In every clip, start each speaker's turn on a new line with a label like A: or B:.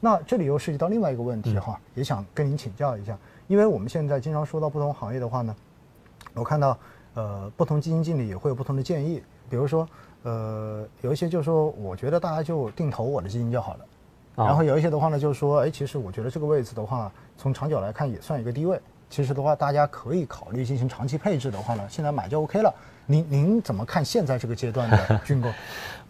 A: 那这里又涉及到另外一个问题哈，也想跟您请教一下，因为我们现在经常说到不同行业的话呢，我看到呃不同基金经理也会有不同的建议，比如说呃有一些就说我觉得大家就定投我的基金就好了，然后有一些的话呢就说哎其实我觉得这个位置的话从长久来看也算一个低位，其实的话大家可以考虑进行长期配置的话呢，现在买就 OK 了。您您怎么看现在这个阶段的 军购？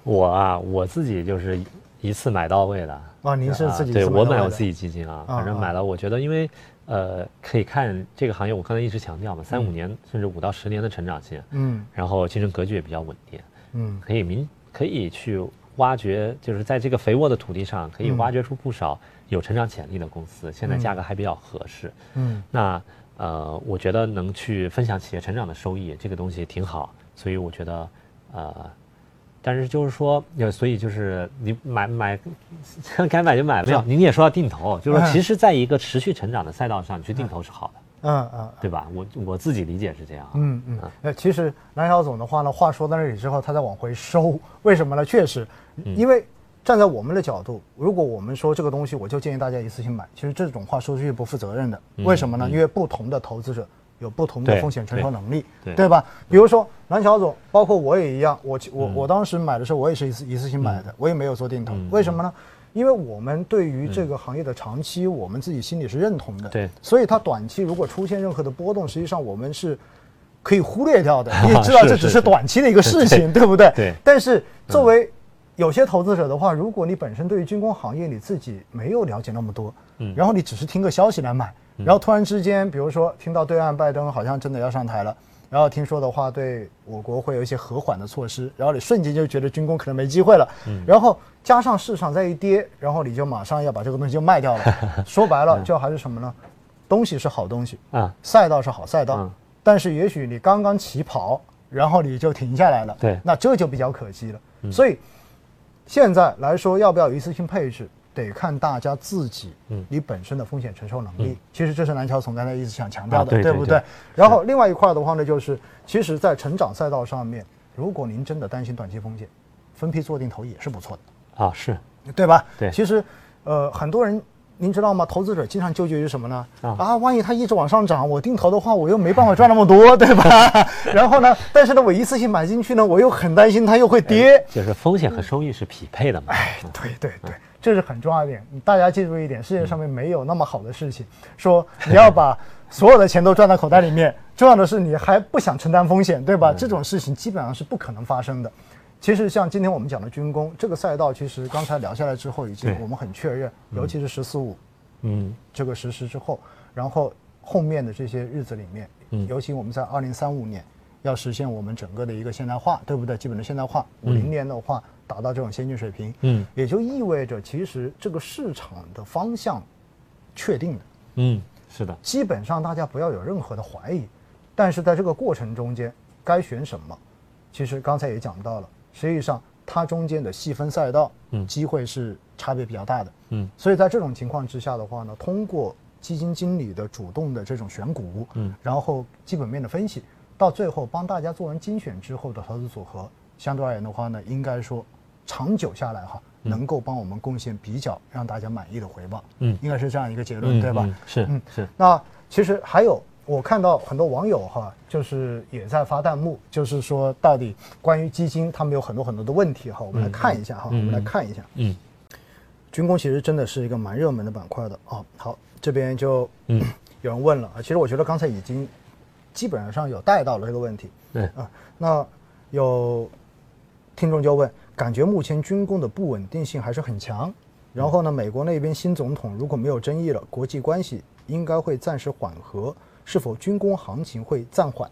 B: 我啊，我自己就是一次买到位的。
A: 啊，您是自己、
B: 啊、对我买我
A: 自
B: 己基金啊，
A: 啊
B: 反正买了，我觉得因为呃，可以看这个行业，我刚才一直强调嘛，三五年、甚至五到十年的成长性，
A: 嗯
B: 然后竞争格局也比较稳定，
A: 嗯
B: 可以明可以去挖掘，就是在这个肥沃的土地上，可以
A: 嗯
B: 挖掘出不少有成长潜力的公司，现在价格还比较合适。
A: 嗯
B: 那呃，我觉得能去分享企业成长的收益，这个东西挺好，所以我觉得呃。但是就是说，呃，所以就是你买买， 该买就买，
A: 啊
B: 没有。您也说要定投，就是说，其实在一个持续成长的赛道上，你去定投是好的，
A: 嗯嗯
B: 对吧？我我自己理解是这样啊。
A: 嗯嗯，呃，其实蓝晓总的话呢，话说到那里之后，他再往回收，为什么呢？确实，
B: 嗯
A: 因为站在我们的角度，如果我们说这个东西，我就建议大家一次性买，其实这种话说出去不负责任的。为什么呢？因为不同的投资者有不同的
B: 嗯对
A: 风险承受能力，
B: 对对嗯
A: 吧？比如说蓝晓总，包括我也一样，我我我当时买的时候，我也是一次一次性买的，我也没有做定投，为什么呢？因为我们对于这个行业的长期，我们自己心里是认同的，
B: 嗯对
A: 所以它短期如果出现任何的波动，实际上我们是可以忽略 掉的。你也知道，
B: 是
A: 这
B: 是
A: 只是
B: 是
A: 短期的一个事情，对不对？
B: 对嗯
A: 但是作为有些投资者的话，如果你本身对于军工行业你自己没有了解那么多，
B: 嗯
A: 然后你只是听个消息来买，然后突然之间，比如说听到对岸拜登好像真的要上台了。然后听说的话，对我国会有一些和缓的措施，然后你瞬间就觉得军工可能没机会了，
B: 嗯
A: 然后加上市场再一跌，然后你就马上要把这个东西就卖掉 了。说白
B: 嗯
A: 了，就还是什么呢？东西是好东西，
B: 啊，
A: 赛道是好赛道，
B: 嗯
A: 但是也许你刚刚起跑，然后你就停下来了，
B: 对嗯
A: 那这就比较可惜了。所以现在来说，要不要一次性配置，得看大家自己，
B: 嗯
A: 你本身的风险承受能力。其实这是蓝桥总刚才一直想强调的，
B: 啊对
A: 不
B: 对对
A: 对？然后另外一块的话呢，就是其实，在成长赛道上面，如果您真的担心短期风险，分批做定投也是不错的。
B: 啊是，
A: 对吧？
B: 对
A: 其实，呃，很多人您知道吗？投资者经常纠结于什么呢？
B: 啊
A: 万一它一直往上涨，我定投的话，我又没办法赚那么多， 对吧？然后呢，但是呢，我一次性买进去呢，我又很担心它又会跌。
B: 就是风
A: 嗯
B: 险和收益是匹配的嘛。嗯
A: 对对对，这是很重要一点。大家记住一点，世界上面没有那么好的事情，说你要把所有的钱都赚到口袋里面，重要的是你还不想承担风险，对
B: 嗯
A: 吧？这种事情基本上是不可能发生的。其实像今天我们讲的军工这个赛道，其实刚才聊下来之后，已经
B: 对
A: 我们很确认，尤其是“十四五”
B: 嗯，
A: 这个实施之后，然后后面的这些日子里面，尤其我们在二零三五年要实现我们整个的一个现代化，对不对？基本的现代化，五零年的话达到这种先进水平，
B: 嗯，
A: 也就意味着其实这个市场的方向确定的，
B: 嗯，是的，
A: 基本上大家不要有任何的怀疑，但是在这个过程中间该选什么，其实刚才也讲到了，实际上它中间的细分赛道，嗯，机会是差别比较大的，
B: 嗯，
A: 所以在这种情况之下的话呢，通过基金经理的主动的这种选股，嗯，然后基本面的分析，到最后帮大家做完精选之后的投资组合，相对而言的话呢，应该说长久下来哈，能够帮我们贡献比较让大家满意的回报，
B: 嗯
A: 应该是这样一个结论，对吧？
B: 嗯是
A: 嗯
B: 是，
A: 那其实还有，我看到很多网友哈，就是也在发弹幕，就是说到底关于基金，他们有很多很多的问题哈，我们来看一下哈，我们来看一下。
B: 嗯，
A: 军工其实真的是一个蛮热门的板块的啊。好，这边就嗯有人问了啊，其实我觉得刚才已经基本上有带到了这个问题
B: 对，
A: 啊。那有听众就问，感觉目前军工的不稳定性还是很强。然后呢，美国那边新总统如果没有争议了，国际关系应该会暂时缓和，是否军工行情会暂缓？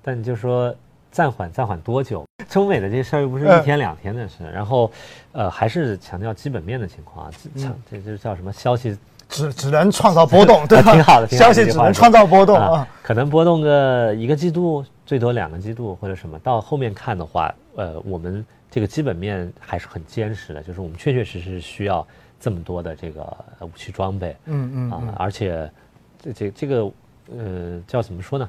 B: 但你就说暂缓暂缓多久？中美的这事儿又不是
A: 嗯
B: 一天两天的事，然后，呃，还是强调基本面的情况啊，
A: 嗯
B: 强这这叫什么消息？
A: 只只能创造波 动，对吧？
B: 挺好的，挺好
A: 消
B: 的
A: 息
B: 这
A: 只
B: 句话
A: 能
B: 是
A: 创造波动啊。，
B: 可能波动个一个季度，最多两个季度或者什么。到后面看的话，呃，我们这个基本面还是很坚实的，就是我们确确实实需要这么多的这个呃武器装备，
A: 嗯嗯
B: 啊、而且这这这个呃叫怎么说呢？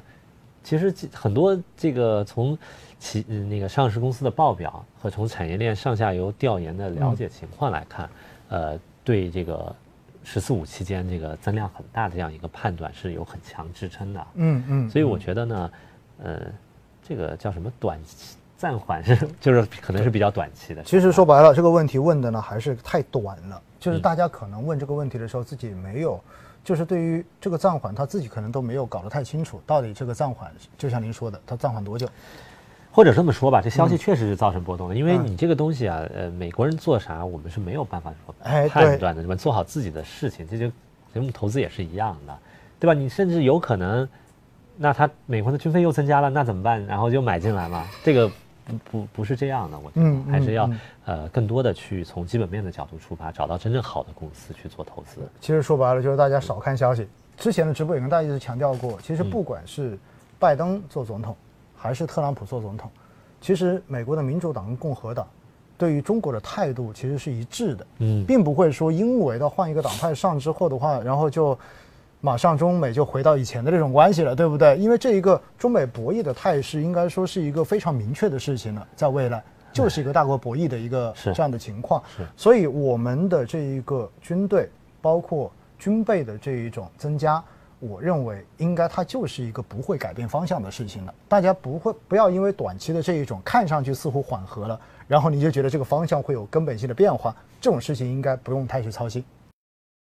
B: 其实这很多这个从企呃那个上
A: 嗯
B: 市公司的报表和从产业链上下游调研的了解情况来看，呃，对这个“十四五”期间这个增量很大的这样一个判断是有很强支撑的。
A: 嗯嗯，
B: 所以我觉得呢，呃，这个叫什么短期暂缓 是，就是可能是比较短期的。
A: 其实说白了，这个问题问的呢还是太短了，就是大家可能问这个问题的时候自己没有。就是对于这个暂缓，他自己可能都没有搞得太清楚，到底这个暂缓，就像您说的，它暂缓多久？
B: 或者这么说吧，这消
A: 嗯
B: 息确实是造成波动的，因为你这个东西啊，呃，美国人做啥，我们是没有办法说
A: 哎
B: 判断的，对吧？做好自己的事情，这就我们投资也是一样的，对吧？你甚至有可能，那他美国的军费又增加了，那怎么办？然后就买进来嘛，这个不不不是这样的，我觉
A: 嗯
B: 得还是要
A: 嗯
B: 呃更多的去从基本面的角度出发，找到真正好的公司去做投资。
A: 其实说白了，就是大家少看消息。之前的直播也跟大家一直强调过，
B: 嗯
A: 其实不管是拜登做总统，还是特朗普做总统，其实美国的民主党跟共和党对于中国的态度其实是一致的，
B: 嗯
A: 并不会说因为的换一个党派上之后的话，然后就马上中美就回到以前的这种关系了，对不对？因为这一个中美博弈的态势，应该说是一个非常明确的事情了，在未来就是一个大国博弈的一个
B: 是
A: 这样的情况。所以我们的这一个军队，包括军备的这一种增加。我认为应该它就是一个不会改变方向的事情了。大家不会不要因为短期的这一种看上去似乎缓和了，然后你就觉得这个方向会有根本性的变化，这种事情应该不用太去操心。